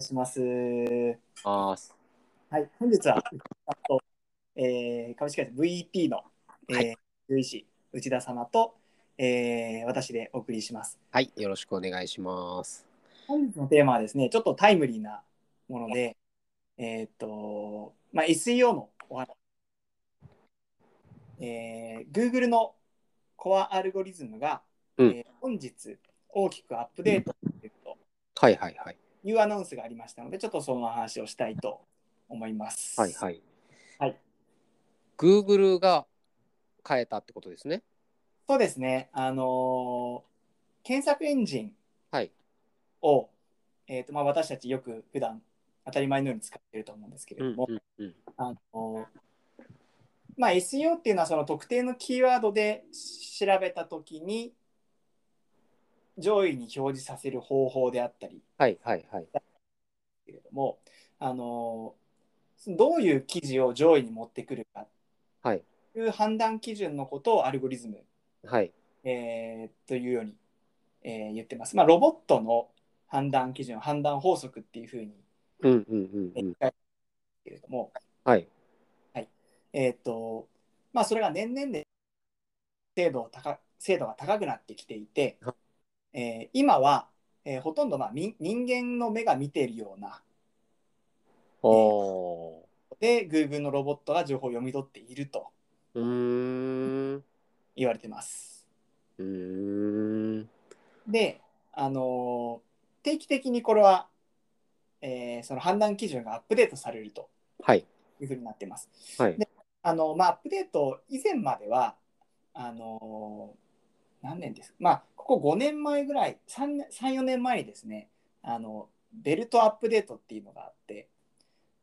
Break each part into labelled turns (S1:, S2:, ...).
S1: します。は
S2: あー
S1: い、本日は、あと、えー株式会社 VP の、えー獣医師内田様と、えー私でお送りします。
S2: はい、よろしくお願いします。
S1: 本日のテーマはですね、ちょっとタイムリーなもので、えーっと、まあ、SEO のお話。えー Google のコアアルゴリズムが、
S2: うん
S1: えー本日大きくアップデートというと
S2: はいはいはい。
S1: いうアナウンスがありましたので、ちょっとその話をしたいと思います。
S2: はいはい。
S1: はい。
S2: Google が変えたってことですね。
S1: そうですね、あのー検索エンジン
S2: はい。
S1: を、えーとまあ、私たちよく普段当たり前のように使っていると思うんですけれども、
S2: うんうん。
S1: あのまあ、SEO っていうのはその特定のキーワードで調べたときに上位に表示させる方法であったり
S2: はいはいはい。
S1: けれどもあのそのどういう記事を上位に持ってくるか
S2: はい
S1: という判断基準のことをアルゴリズム、
S2: はい。
S1: えーというように、えー言ってます。まあ、ロボットの判断基準判断法則っていうふうに
S2: うんうんうんう
S1: 言
S2: ん
S1: い。換えるけれども、
S2: はい。
S1: えっ、と、まあ、それが年々で精度を高精度が高くなってきていて
S2: は、
S1: えー今は、えーほとんど、まあ、み人間の目が見ているような
S2: おー。
S1: で Google のロボットが情報を読み取っていると
S2: うーん。う
S1: 言われてます。
S2: ーん。
S1: で、あのー定期的にこれは、えーその判断基準がアップデートされると
S2: はい
S1: いうふうになってます。
S2: はい。
S1: あのまあ、アップデート以前まではあの何年ですまあここ5年前ぐらい34年前にですねあのベルトアップデートっていうのがあって、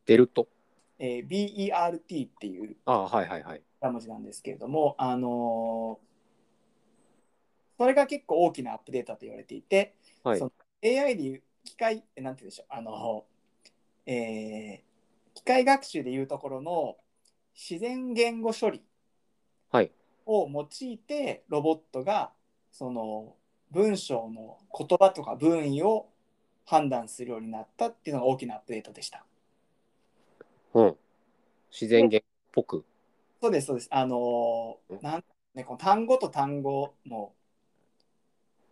S2: ベルト。
S1: えー BERT っていう
S2: あーはいはいはい。
S1: 2文字なんですけれども、あのそれが結構大きなアップデートと言われていて
S2: はい
S1: そ。の AI で機械なんて言うんでしょうあの、えー機械学習でいうところの自然言語処理
S2: はい。
S1: を用いてロボットがその文章の言葉とか文意を判断するようになったっていうのが大きなアップデートでした。
S2: うん。自然言っぽく。
S1: そうですそうです。あの
S2: うん
S1: なんねこの単語と単語の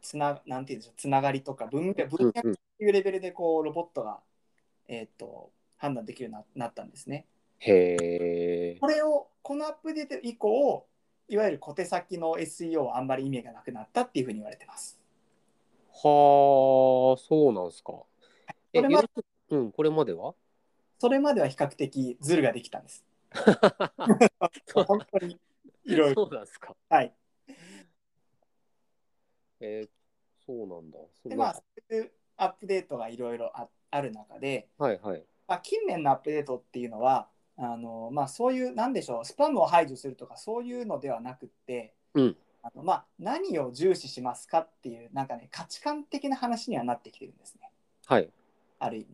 S1: つななんていうんでしょうつながりとか文脈
S2: うん
S1: 文脈
S2: うん。
S1: っていうレベルでこうロボットがえっ、と判断できるようにななったんですね。
S2: へー。
S1: これをこのアップデート以降いわゆる小手先の SEO はあんまり意味がなくなったっていうふうに言われてます。
S2: はあ、そうなんすか。え、
S1: それまで
S2: よろうん、これまでは
S1: それまでは比較的ズルができたんです。
S2: そう
S1: 本当に いろいろ。
S2: そうなんすか。
S1: はい。
S2: えーそうなんだ。そん
S1: で、
S2: な
S1: まあ、そういうアップデートがいろいろあある中で、
S2: はいはい。
S1: まあ、近年のアップデートっていうのは、あのまあ、そういう、なんでしょう、スパムを排除するとか、そういうのではなくって、
S2: うん
S1: あのまあ、何を重視しますかっていう、なんかね、価値観的な話にはなってきてるんですね、
S2: はい
S1: ある意味。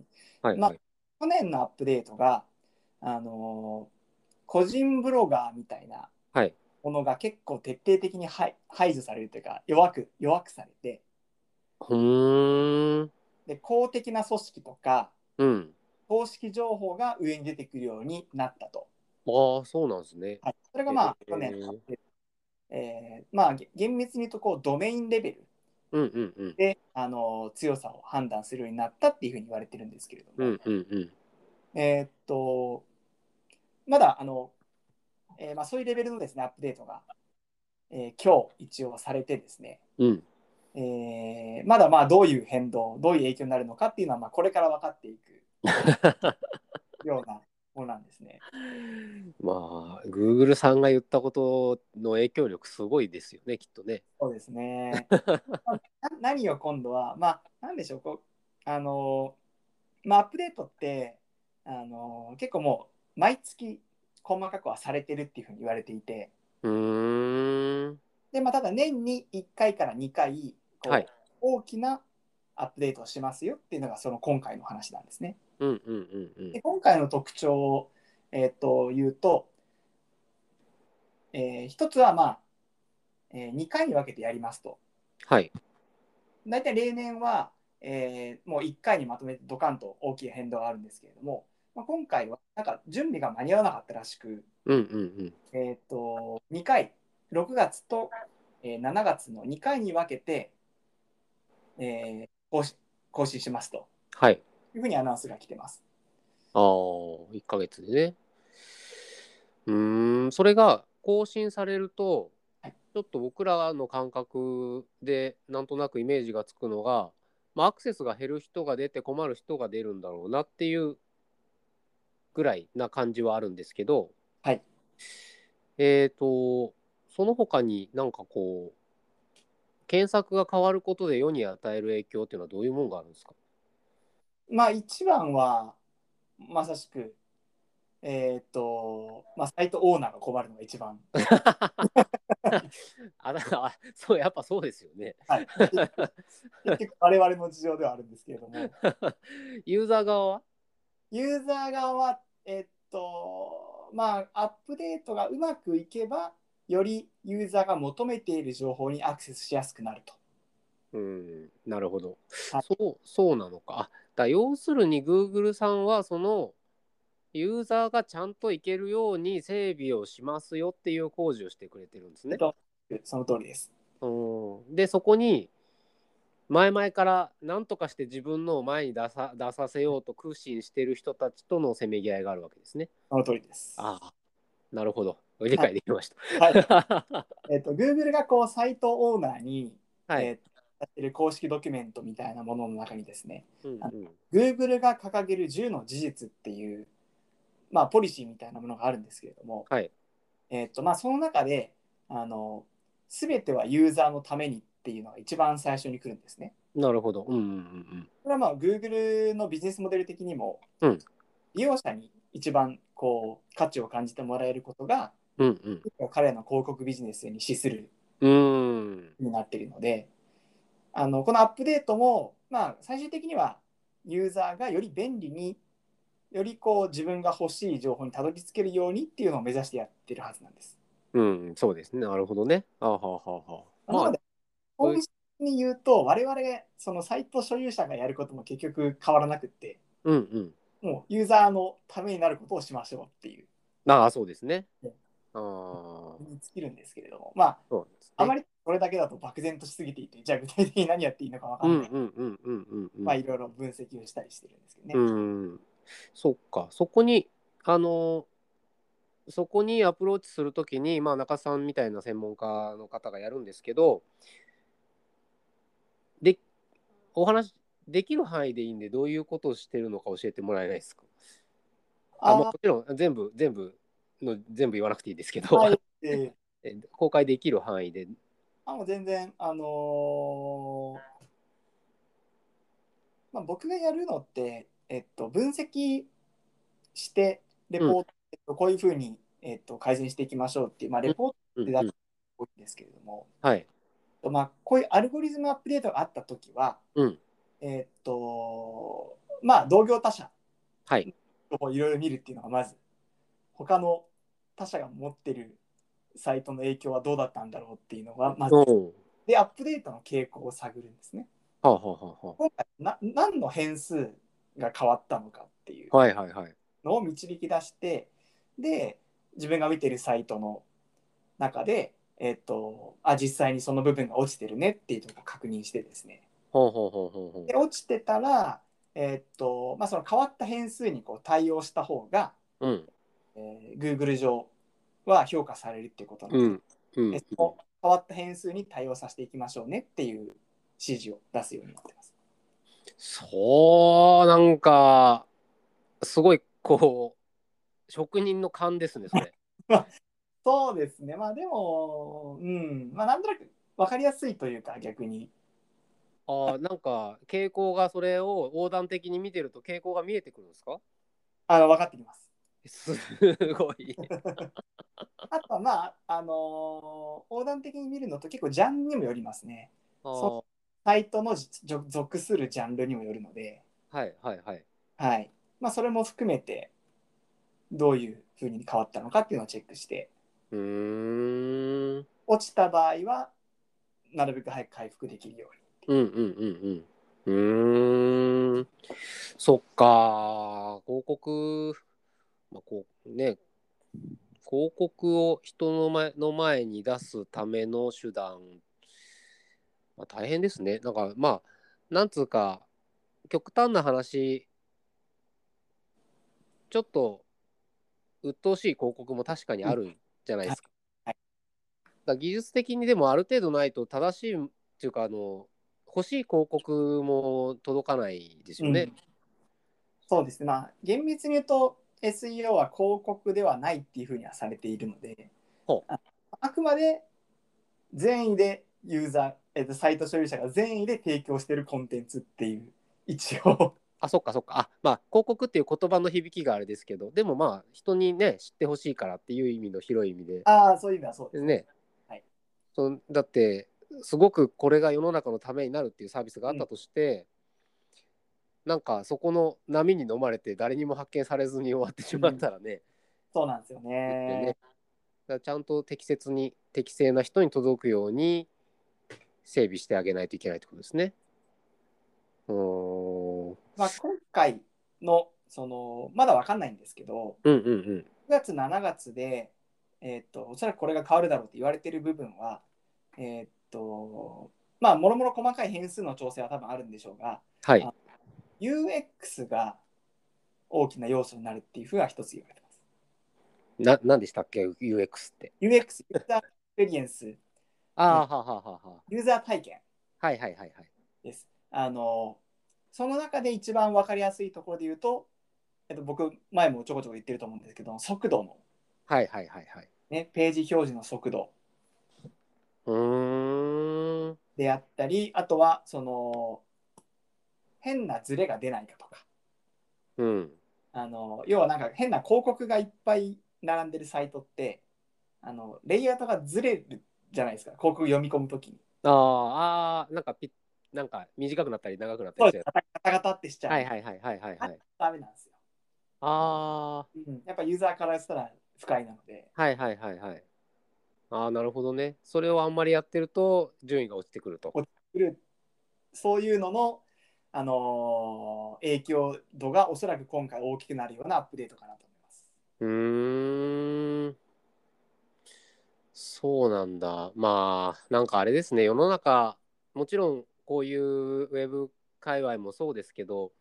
S2: はい、
S1: まあ
S2: はい。
S1: 去年のアップデートが、あの個人ブロガーみたいな
S2: はい。
S1: ものが結構徹底的に排排除されるというか弱く弱くされて
S2: うーん。
S1: で公的な組織とか
S2: うん。
S1: 公式情報が上に出てくるようになったと、
S2: ああ、そうなんですね。
S1: はい、それがまあ
S2: へー
S1: 去年の、えーまあげ厳密に言うとこうドメインレベル
S2: うんうんうん。
S1: であの強さを判断するようになったっていうふうに言われてるんですけれど
S2: う
S1: も、
S2: んうんうん。
S1: えーっとまだあの、えーまあ、そういうレベルのですねアップデートが、えー今日一応されてですね、
S2: うん。
S1: えーまだまあどういう変動どういう影響になるのかっていうのはまあこれから分かっていくようなものなんですね。
S2: まあ、Google さんが言ったことの影響力すごいですよね、きっとね。
S1: そうです ね。まあな何を今度はまあ何でしょうこうあのーまあアップデートってあのー結構もう毎月細かくはされてるっていうふうに言われていて
S2: うーん。
S1: でまあただ年に1回から2回こう
S2: はい
S1: 大きなアップデートをしますよっていうのがその今回の話なんですね。
S2: うんうんうんうん
S1: で。今回の特徴を、えー、と言うと、えー一つは、まあえ2回に分けてやりますと
S2: はい。
S1: 大体例年は、えーもう1回にまとめてドカンと大きい変動があるんですけれども、まあ、今回はなんか準備が間に合わなかったらしく、
S2: うんうん
S1: えー、と2回6月と、えー7月の2回に分けて、えー更新更新しますと
S2: はい
S1: いうふうにアナウンスが来てます。
S2: ああ1ヶ月でねうーんそれが更新されると
S1: はい
S2: ちょっと僕らの感覚でなんとなくイメージがつくのが、まあ、アクセスが減る人が出て困る人が出るんだろうなっていうぐらいな感じはあるんですけど
S1: はい
S2: えっ、とその他になんかこう検索が変わることで世に与える影響っていうのはどういうものがあるんですか
S1: まあ、一番はまさしく、えーとまあ、サイトオーナーが困るのが一番。
S2: あだあそうやっぱそうですよね。
S1: はい、結局我々の事情ではあるんですけれども。
S2: ユーザー側は
S1: ユーザー側は、えっと、まあ、アップデートがうまくいけば、よりユーザーが求めている情報にアクセスしやすくなると。
S2: うんなるほど。
S1: はい
S2: そうそうなのか。あだ要するに Google さんはそのユーザーがちゃんと行けるように整備をしますよっていう工事をしてくれてるんですね。
S1: その通りです。
S2: うんでそこに前々から何とかして自分のを前に出さ出させようと苦心してる人たちとのせめぎ合いがあるわけですね。
S1: その通りです。
S2: ああなるほど理解できました。
S1: はい。えっと、Google がこう、サイトオーナーに、
S2: はい。
S1: えっと出してる公式ドキュメントみたいなものの中にですね、
S2: うんうん、
S1: Google が掲げる10の事実っていう、まあ、ポリシーみたいなものがあるんですけれども、
S2: はい
S1: えっとまあ、その中であの全てはユーザーのためにっていうのが一番最初に来るんですね。
S2: なるほど。うんうんうん
S1: これはまあ Google のビジネスモデル的にも、
S2: うん
S1: 利用者に一番こう価値を感じてもらえることが
S2: うん。うんうん。
S1: 彼らの広告ビジネスに資する
S2: うーん。
S1: になっているのであのこのアップデートも、まあ、最終的にはユーザーがより便利によりこう自分が欲しい情報にたどり着けるようにっていうのを目指してやってるはずなんです。
S2: うん、そうですね。なるほどね。あははは
S1: なの
S2: まあ
S1: で、本質的に言うと我々がそのサイト所有者がやることも結局変わらなくって
S2: うんうん。
S1: もうユーザーのためになることをしましょうっていう
S2: ああ、そうですね
S1: ね。
S2: ああ。
S1: に尽きるんですけれどもまあ
S2: そうですね。
S1: あまりこれだけだと漠然としすぎていてじゃあ具体的に何やっていいのか分か
S2: うんん
S1: な
S2: う
S1: い、
S2: んうんうんうんうん。
S1: まあいろいろ分析をしたりしてるんですけどね。
S2: うん。そっか。そこに、あの、そこにアプローチするときに、まあ、中さんみたいな専門家の方がやるんですけど、で、お話、できる範囲でいいんで、どういうことをしてるのか教えてもらえないですかあ
S1: あ
S2: まあ、もちろん全部全部の全部言わなくていいですけど、
S1: はいで
S2: え 公開できる範囲で。
S1: あもう全然、あのーまあ、僕がやるのって、えっと、分析して、レポート、えっとこういうふうに、えっと、改善していきましょうっていう、まあ、レポート
S2: うん
S1: で
S2: う
S1: だ
S2: ん
S1: 多いんですけれども、
S2: はい。
S1: まあ、こういうアルゴリズムアップデートがあったときは、
S2: うん
S1: えっと、まあ、同業他社
S2: はい。
S1: をいろいろ見るっていうのがまず、他の他社が持ってるサイトの影響はどうだったんだろうっていうのが、まず、
S2: おう
S1: で、アップデートの傾向を探るんですね。
S2: はあ、はあはあは
S1: 今回な何の変数が変わったのかっていう
S2: あ、はいはいはい。
S1: のを導き出してで自分が見てるサイトの中で、えっとあ実際にその部分が落ちてるねっていうところを確認してですね
S2: ほうほうほうほうほ
S1: で落ちてたら、えっとまあ、その変わった変数にこう対応した方が、
S2: う。うん。
S1: えー Google 上は評価されるっていうことなの
S2: う
S1: で,、
S2: ん。うん
S1: でそ。の変わった変数に対応させていきましょうねっていう指示を出すようになってます。
S2: そう、なんか、すごい、こう、職人の勘ですね、それ。
S1: そうですね。まあでも、うん。まあなんとなく分かりやすいというか、逆に。
S2: ああ、なんか、傾向が、それを横断的に見てると傾向が見えてくるんですか
S1: あの、分かってきます。
S2: すごい。
S1: あとはまあ、あのー横断的に見るのと結構ジャンルにもよりますね。
S2: ああ
S1: そサイトのじじょ属するジャンルにもよるので、
S2: はいはいはい。
S1: はい。まあそれも含めて、どういうふうに変わったのかっていうのをチェックして、
S2: うーん。
S1: 落ちた場合は、なるべく早く回復できるように。
S2: うんうんうんうん。うーん。そっか。広告、まあ、こうね、広告を人の前の前に出すための手段、まあ、大変ですね。なんか、まあ、なんつうか、極端な話、ちょっと、鬱陶しい広告も確かにあるじゃないですか。
S1: は
S2: だから技術的にでもある程度ないと正しいっていうかあの欲しい広告も届かないですよね。
S1: うんそうですね、まあ、厳密に言うと SEO は広告ではないっていうふうにはされているので
S2: ほ
S1: ああくまで善意でユーザー、えっと、サイト所有者が善意で提供しているコンテンツっていう一 応
S2: あそっかそっかあまあ広告っていう言葉の響きがあれですけどでもまあ人にね知ってほしいからっていう意味の広い意味で
S1: ああそういう意味はそうです
S2: ね。
S1: はい
S2: そのだってすごくこれが世の中のためになるっていうサービスがあったとして、なんかそこの波に飲まれて誰にも発見されずに終わってしまったらね、
S1: そうなんですよ
S2: ね
S1: ね。
S2: だからちゃんと適切に適正な人に届くように整備してあげないといけないってことですね。うーん
S1: まあ、今回のそのまだわかんないんですけど
S2: うんうんうん。
S1: 9月7月で、えーっとおそらくこれが変わるだろうって言われてる部分はえーっとまあもろもろ細かい変数の調整は多分あるんでしょうが
S2: はい。
S1: UX が大きな要素になるっていうふうは一つ言われてます。
S2: な何でしたっけ UX って。
S1: UX、ユーザーエクスペリエンス、
S2: ああ、はあはあはあは
S1: ユーザー体験
S2: あ。はいはいはいはい。
S1: です。あの、その中で一番分かりやすいところで言うと、えっと、僕、前もちょこちょこ言ってると思うんですけど、速度の、
S2: はいはいはいはい。
S1: ね、ページ表示の速度
S2: うーん。
S1: であったり、あとは、その、変なズレが出ないかとか、
S2: うん。
S1: あの要はなんか変な広告がいっぱい並んでるサイトってあのレイアウトがずれるじゃないですか広告読み込むときに
S2: あーあー、なんかピなんか短くなったり長くなった
S1: そ
S2: り
S1: う
S2: して
S1: ガ。タガタガタってしちゃう、
S2: はいはいはいはいはいはい。
S1: ダメなんですよ、
S2: あ
S1: うん、やっぱユーザーからしたら不快なので
S2: あ、はいはいはいはい。ああ、なるほどね。それをあんまりやってると順位が落ちてくると。
S1: 来るそういうのの、あのー影響度がおそらく今回大きくなるようなアップデートかなと思います
S2: うーん。そうなんだ。まあ、なんかあれですね、世の中、もちろんこういうウェブ界隈もそうですけど、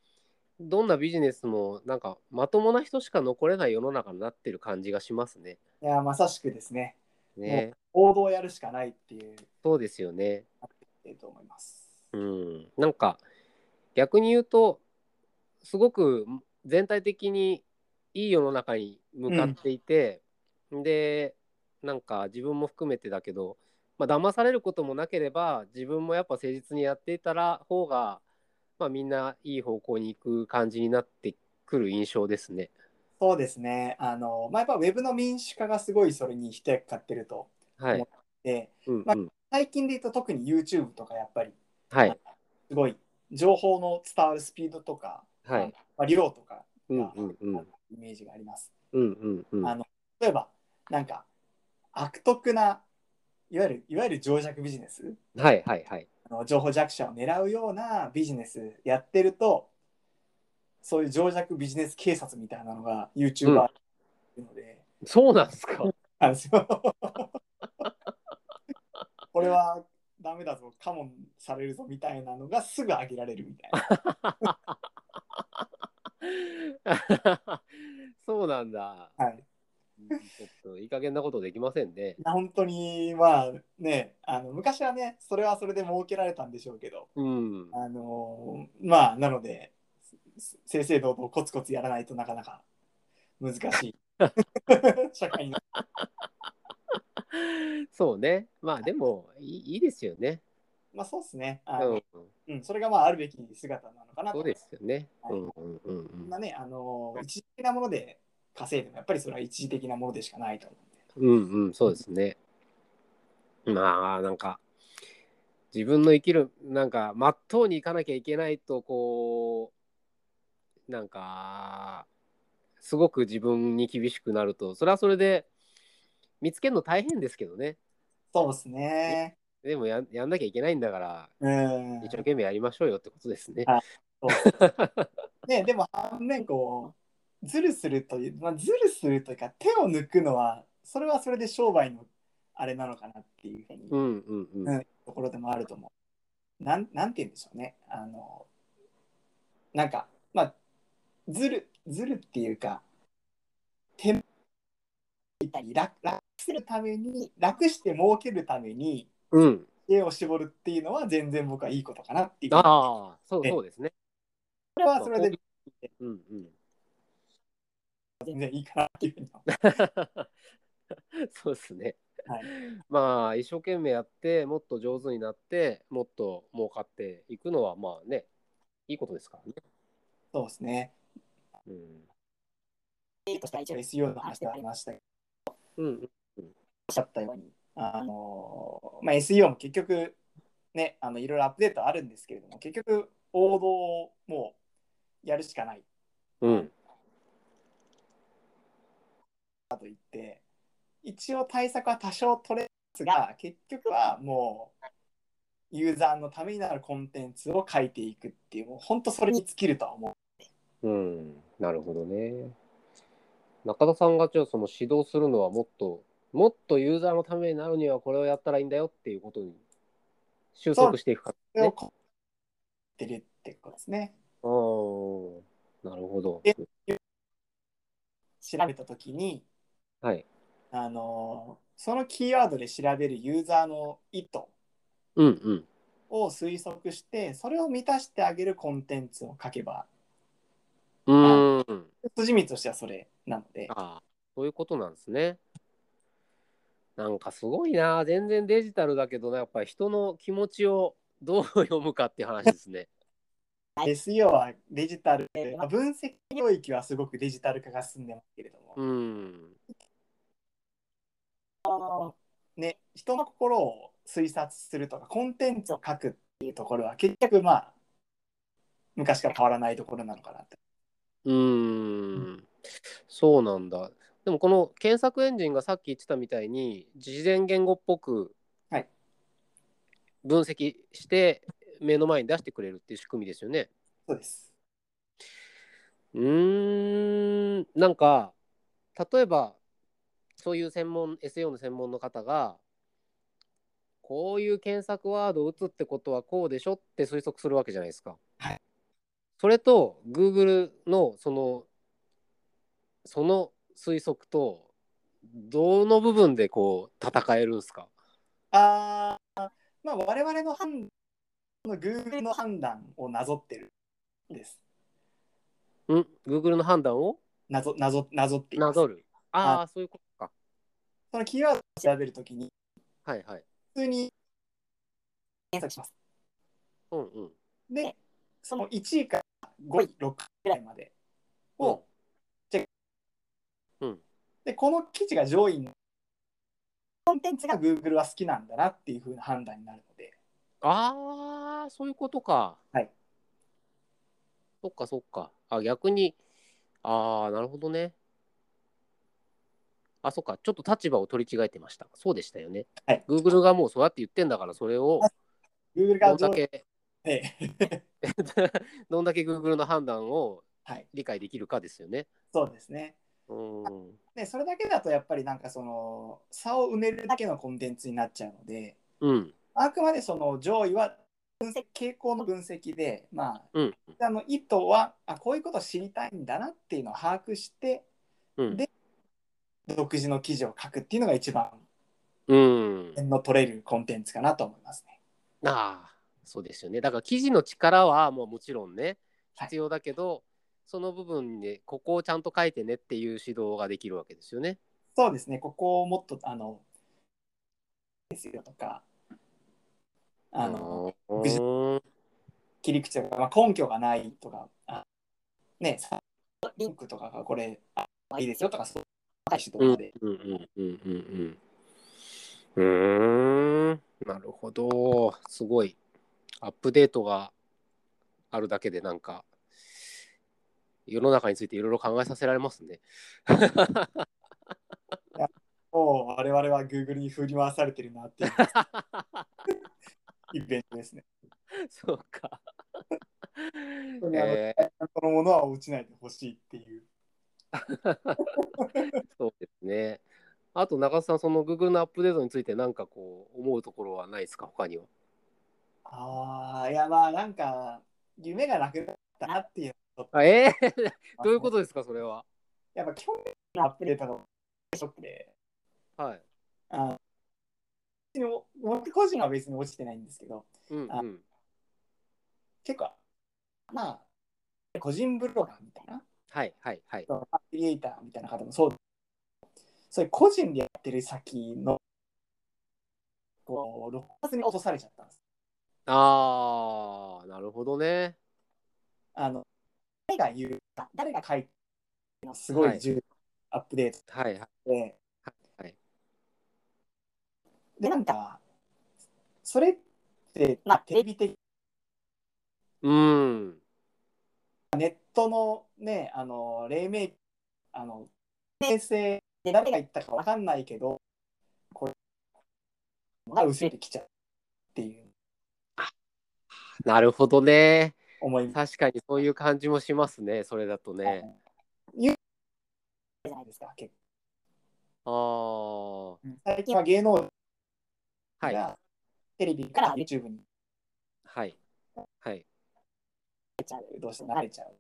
S2: どんなビジネスも、なんかまともな人しか残れない世の中になってる感じがしますね。
S1: いやーまさしくですね
S2: ね。
S1: 王道をやるしかないっていう
S2: そうですよね。
S1: えーと思います
S2: うん。なんか、逆に言うと、すごく全体的にいい世の中に向かっていて、でなんか自分も含めてだけど、まあ騙されることもなければ自分もやっぱ誠実にやっていたら方が、まあ、みんないい方向に行く感じになってくる印象ですね。
S1: そうですねあのー、まあ、やっぱウェブの民主化がすごいそれに一役買ってると
S2: はい
S1: 思っ、で
S2: うん
S1: まあ
S2: うん
S1: 最近で言うと特に YouTube とかやっぱり
S2: はい
S1: すごい情報の伝わるスピードとか、
S2: はい
S1: まあ、量とか
S2: う
S1: が
S2: んうんうん
S1: あのイメージがあります。
S2: うんうんうん
S1: あの例えばなんか悪徳ないわゆるいわゆる情弱ビジネス
S2: はいはいはい
S1: あの情報弱者を狙うようなビジネスやってるとそういう情弱ビジネス警察みたいなのが YouTuber いるので、
S2: そうなんですか
S1: なんですよこれはダメだぞカモンされるぞみたいなのがすぐ上げられるみたいな。
S2: そうなんだ。
S1: はい
S2: ちょっといい加減なことできませんね。
S1: いや本当にまあねあの昔はねそれはそれで設けられたんでしょうけど
S2: うん。
S1: あのーまあなのでせ正々堂々コツコツやらないとなかなか難し い社会にな
S2: そうね。まあでもいいいいですよね。
S1: まあそうですねあ
S2: う
S1: の
S2: ん、
S1: うん、それがまああるべき姿なのかな
S2: そ
S1: と
S2: うですよね。
S1: は
S2: う
S1: い
S2: んうんうんう
S1: そん
S2: ん
S1: なねあのー一時的なもので稼いでもやっぱりそれは一時的なものでしかないと思うんで
S2: うんうんそうですね。まあなんか自分の生きるなんかまっとうに生かなきゃいけないとこうなんかすごく自分に厳しくなるとそれはそれで見つけるの大変ですけどね。
S1: そうですね
S2: でもやんやんなきゃいけないんだから、
S1: うん
S2: 一生懸命やりましょうよってことですね。
S1: あね、でも反面こうズルするという、まあ、ズルするというか手を抜くのはそれはそれで商売のあれなのかなっていうふうに
S2: うんうんうん。
S1: うんところでもあると思う。なんなんて言うんでしょうねあのなんかまあズルズルっていうか手抜いたり楽楽するために楽して儲けるために
S2: うん。
S1: 手を絞るっていうのは全然僕はいいことかなっていう。
S2: ああ、そう
S1: え
S2: そうですね。
S1: それはそれで
S2: うんうん。
S1: 全然いいかなっていうふうに思う。
S2: そうですね。
S1: はい
S2: まあ一生懸命やってもっと上手になってもっと儲かっていくのはまあねいいことですからね。
S1: そうですね。
S2: うん
S1: 一応 SEO の話ではありましたけど、
S2: うん
S1: おっしゃったように、あのまあ、SEO も結局、ね、あのいろいろアップデートあるんですけれども、結局、王道をもうやるしかない
S2: うん
S1: かといって、一応対策は多少取れますが、結局はもう、ユーザーのためになるコンテンツを書いていくっていう、もう本当それに尽きるとは思
S2: うんなるほどね。中田さんがじゃあその指導するのはもっともっとユーザーのためになるにはこれをやったらいいんだよっていうことに収束していくか
S1: う。それをこってるってことですね。
S2: ああーなるほど。
S1: え調べたときに、
S2: はい。
S1: あのそのキーワードで調べるユーザーの意図
S2: うんうん。
S1: を推測してそれを満たしてあげるコンテンツを書けば
S2: うーん。
S1: 筋道としてはそれなので
S2: ああ、そういうことなんですね。なんかすごいな、全然デジタルだけどな、やっぱり人の気持ちをどう読むかっていう話ですね。
S1: SEO はデジタルまあ分析領域はすごくデジタル化が進んでますけれども、
S2: うん。
S1: ね、人の心を推察するとかコンテンツを書くっていうところは結局まあ昔から変わらないところなのかなって。
S2: うーん。そうなんだ。でもこの検索エンジンがさっき言ってたみたいに、事前言語っぽく
S1: はい
S2: 分析して目の前に出してくれるっていう仕組みですよね。
S1: そうです。
S2: うーんなんか例えばそういう専門 SEO の専門の方がこういう検索ワードを打つってことはこうでしょって推測するわけじゃないですか。
S1: はい
S2: それと Google のそのその推測とどの部分でこう戦えるんですか
S1: あーまあ我々の判断 Google の判断をなぞってるんです。
S2: ん ?Google の判断を
S1: なぞなぞなぞってい
S2: な
S1: ます
S2: ぞる。ああそういうことか。
S1: そのキーワードを調べるときに
S2: はいはい。
S1: 普通に検索します。
S2: うんうん。
S1: で、その1位から5位、6位ぐらいまでを、チェック。
S2: うん
S1: で、この記事が上位のコンテンツが Google は好きなんだなっていうふうな判断になるので、
S2: ああ、そういうことか。
S1: はい。
S2: そっかそっか。あ、逆に、ああ、なるほどね。あ、そっか。ちょっと立場を取り違えてました。そうでしたよね。
S1: はい、
S2: Google がもうそうやって言ってんだから、それを
S1: Google
S2: ど
S1: が
S2: んだ
S1: 上位
S2: け、
S1: で、
S2: どんだけ Google の判断を
S1: はい、
S2: 理解できるかですよね。
S1: そうですね。
S2: うーん。
S1: で、それだけだとやっぱりなんかその差を埋めるだけのコンテンツになっちゃうので、
S2: うん。
S1: あくまでその上位は分析傾向の分析で、まあ、
S2: うん。
S1: あの意図はあこういうことを知りたいんだなっていうのを把握して
S2: うん。
S1: で独自の記事を書くっていうのが一番
S2: うん。
S1: 点の取れるコンテンツかなと思いますね。
S2: ああ、そうですよね。だから記事の力はもうもちろんね、
S1: はい
S2: 必要だけど、その部分でここをちゃんと書いてねっていう指導ができるわけですよね。
S1: そうですねここをもっとあのですよとかあの
S2: う
S1: ビジ
S2: ーん
S1: 切り口とか、まあ、根拠がないとかあねさリンクとかがこれあいいですよとかそういう話と
S2: うん
S1: かで、
S2: うんうんうんうんうん。うーん、なるほど。すごい。アップデートがあるだけで、なんか、 世の中についていろいろ考えさせられますね。
S1: もう我々は Google に振り回されてるなっていうイベントですね。
S2: そうか。
S1: 当にあの
S2: え
S1: そのものは落ちないでほしいっていう。
S2: ー そうですね。あと、中田さん、その Google のアップデートについて、なんかこう、思うところはないですか、他には。
S1: ああ、いやまあなんか夢がなくなったなっていう。
S2: あえ ーどういうことですか、それは。
S1: やっぱ去年のアップデートがショックで、
S2: はい。
S1: 別に僕個人は別に落ちてないんですけど、
S2: うんうん。
S1: 結構、まあ、個人ブロガーみたいな、
S2: はいはいはい。
S1: アフィリエイターみたいな方もそうそういう個人でやってる先の、こう、6月に落とされちゃったんです。
S2: あー、なるほどね。
S1: あの、誰が言うか、誰が書いてるのすごい重要アップデート
S2: はいはい。
S1: で、
S2: はい
S1: で、なんか、それって、まあ、テレビ的
S2: うん。
S1: 人のね、あの、黎明期、あの、平成で誰が言ったかわかんないけど、これ、が薄れてきちゃうっていう
S2: なるほどね。
S1: 思います
S2: 確かにそういう感じもしますね、それだとね。
S1: じゃないですか、結
S2: ああ、は
S1: 構。最近は芸能人
S2: い、
S1: がテレビから YouTube に
S2: はい、はい。
S1: どうしても流れちゃう。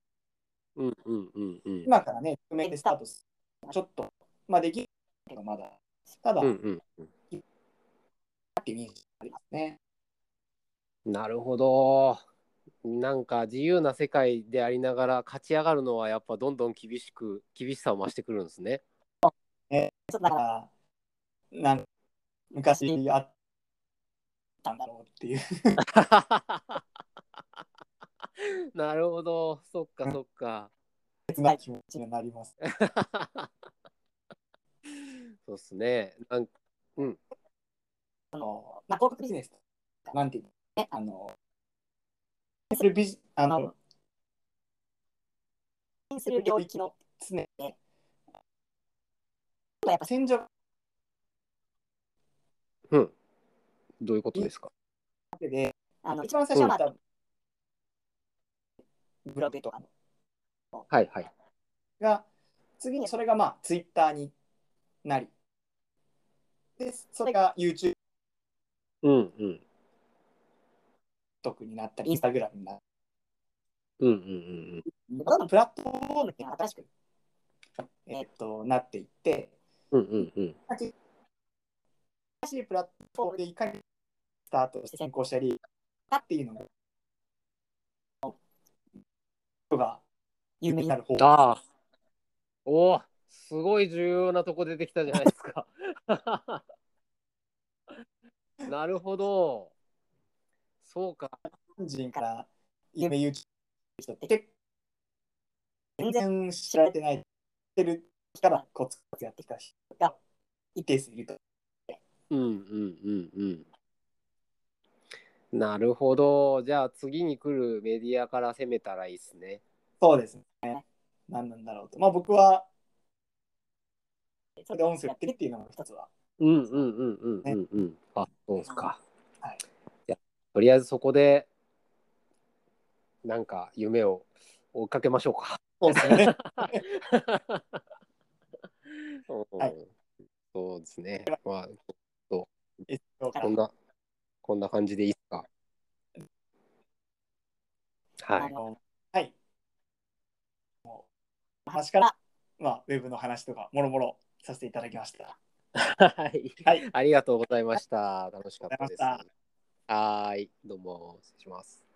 S2: うんうんうんうん。
S1: 今からね、覆面でスタートする。ちょっと、まあできるけど、まだ。ただ、
S2: うん
S1: っ
S2: うんうん
S1: ていう認識がありますね。
S2: なるほど。なんか自由な世界でありながら勝ち上がるのはやっぱどんどん厳しく厳しさを増してくるんですね。
S1: ちょっとだから、なんか、昔あったんだろうっていう。
S2: なるほど。そっかそっか。
S1: 切ない気持ちになります。
S2: そうっすね。なん
S1: あの、まあ、広告ビジネスとかなんていうのね、あの、するビジ、あの、する領域の常で、やっぱ戦場
S2: うん。どういうことですか
S1: で、あの、一番最初は、まあブログとか
S2: はいはい。
S1: が、次にそれがまあ、ツイッターになり、で、それが YouTube
S2: うんうん。
S1: になったり、Instagram になったり
S2: うんうんうん
S1: どんどんプラットフォームっていうのが新しく、えっとなっていって、
S2: うん。うんうんうん。
S1: 新しいプラットフォームでいかにスタートして先行したり、かっていうのが、人が有名になる方が、
S2: ああ。おお、すごい重要なとこ出てきたじゃないですか。 なるほど。そうか。
S1: 日本人から有名 YouTube 人って結構全然知られてない、知ってるからコツコツやってきた人が一定数いると。
S2: うんうんうんうん。なるほど。じゃあ次に来るメディアから攻めたらいいですね。
S1: そうですね。何なんだろうと。まあ僕は、それで音声やってるっていうのも一つは。
S2: うんうんうんうんうんうん。あ、そうですか。
S1: はい
S2: や、とりあえずそこで、なんか夢を追いかけましょうか。
S1: そうです ね。
S2: うんそうですね。まあ、
S1: えっと
S2: こんな、こんな感じでいいですか。は
S1: あ
S2: い。
S1: のはい。もう話から、まあ、ウェブの話とか、もろもろさせていただきました。
S2: はい。
S1: はい。
S2: ありがとうございました。楽しかったです
S1: ありがとうございま。
S2: はーい。どうも、失礼します。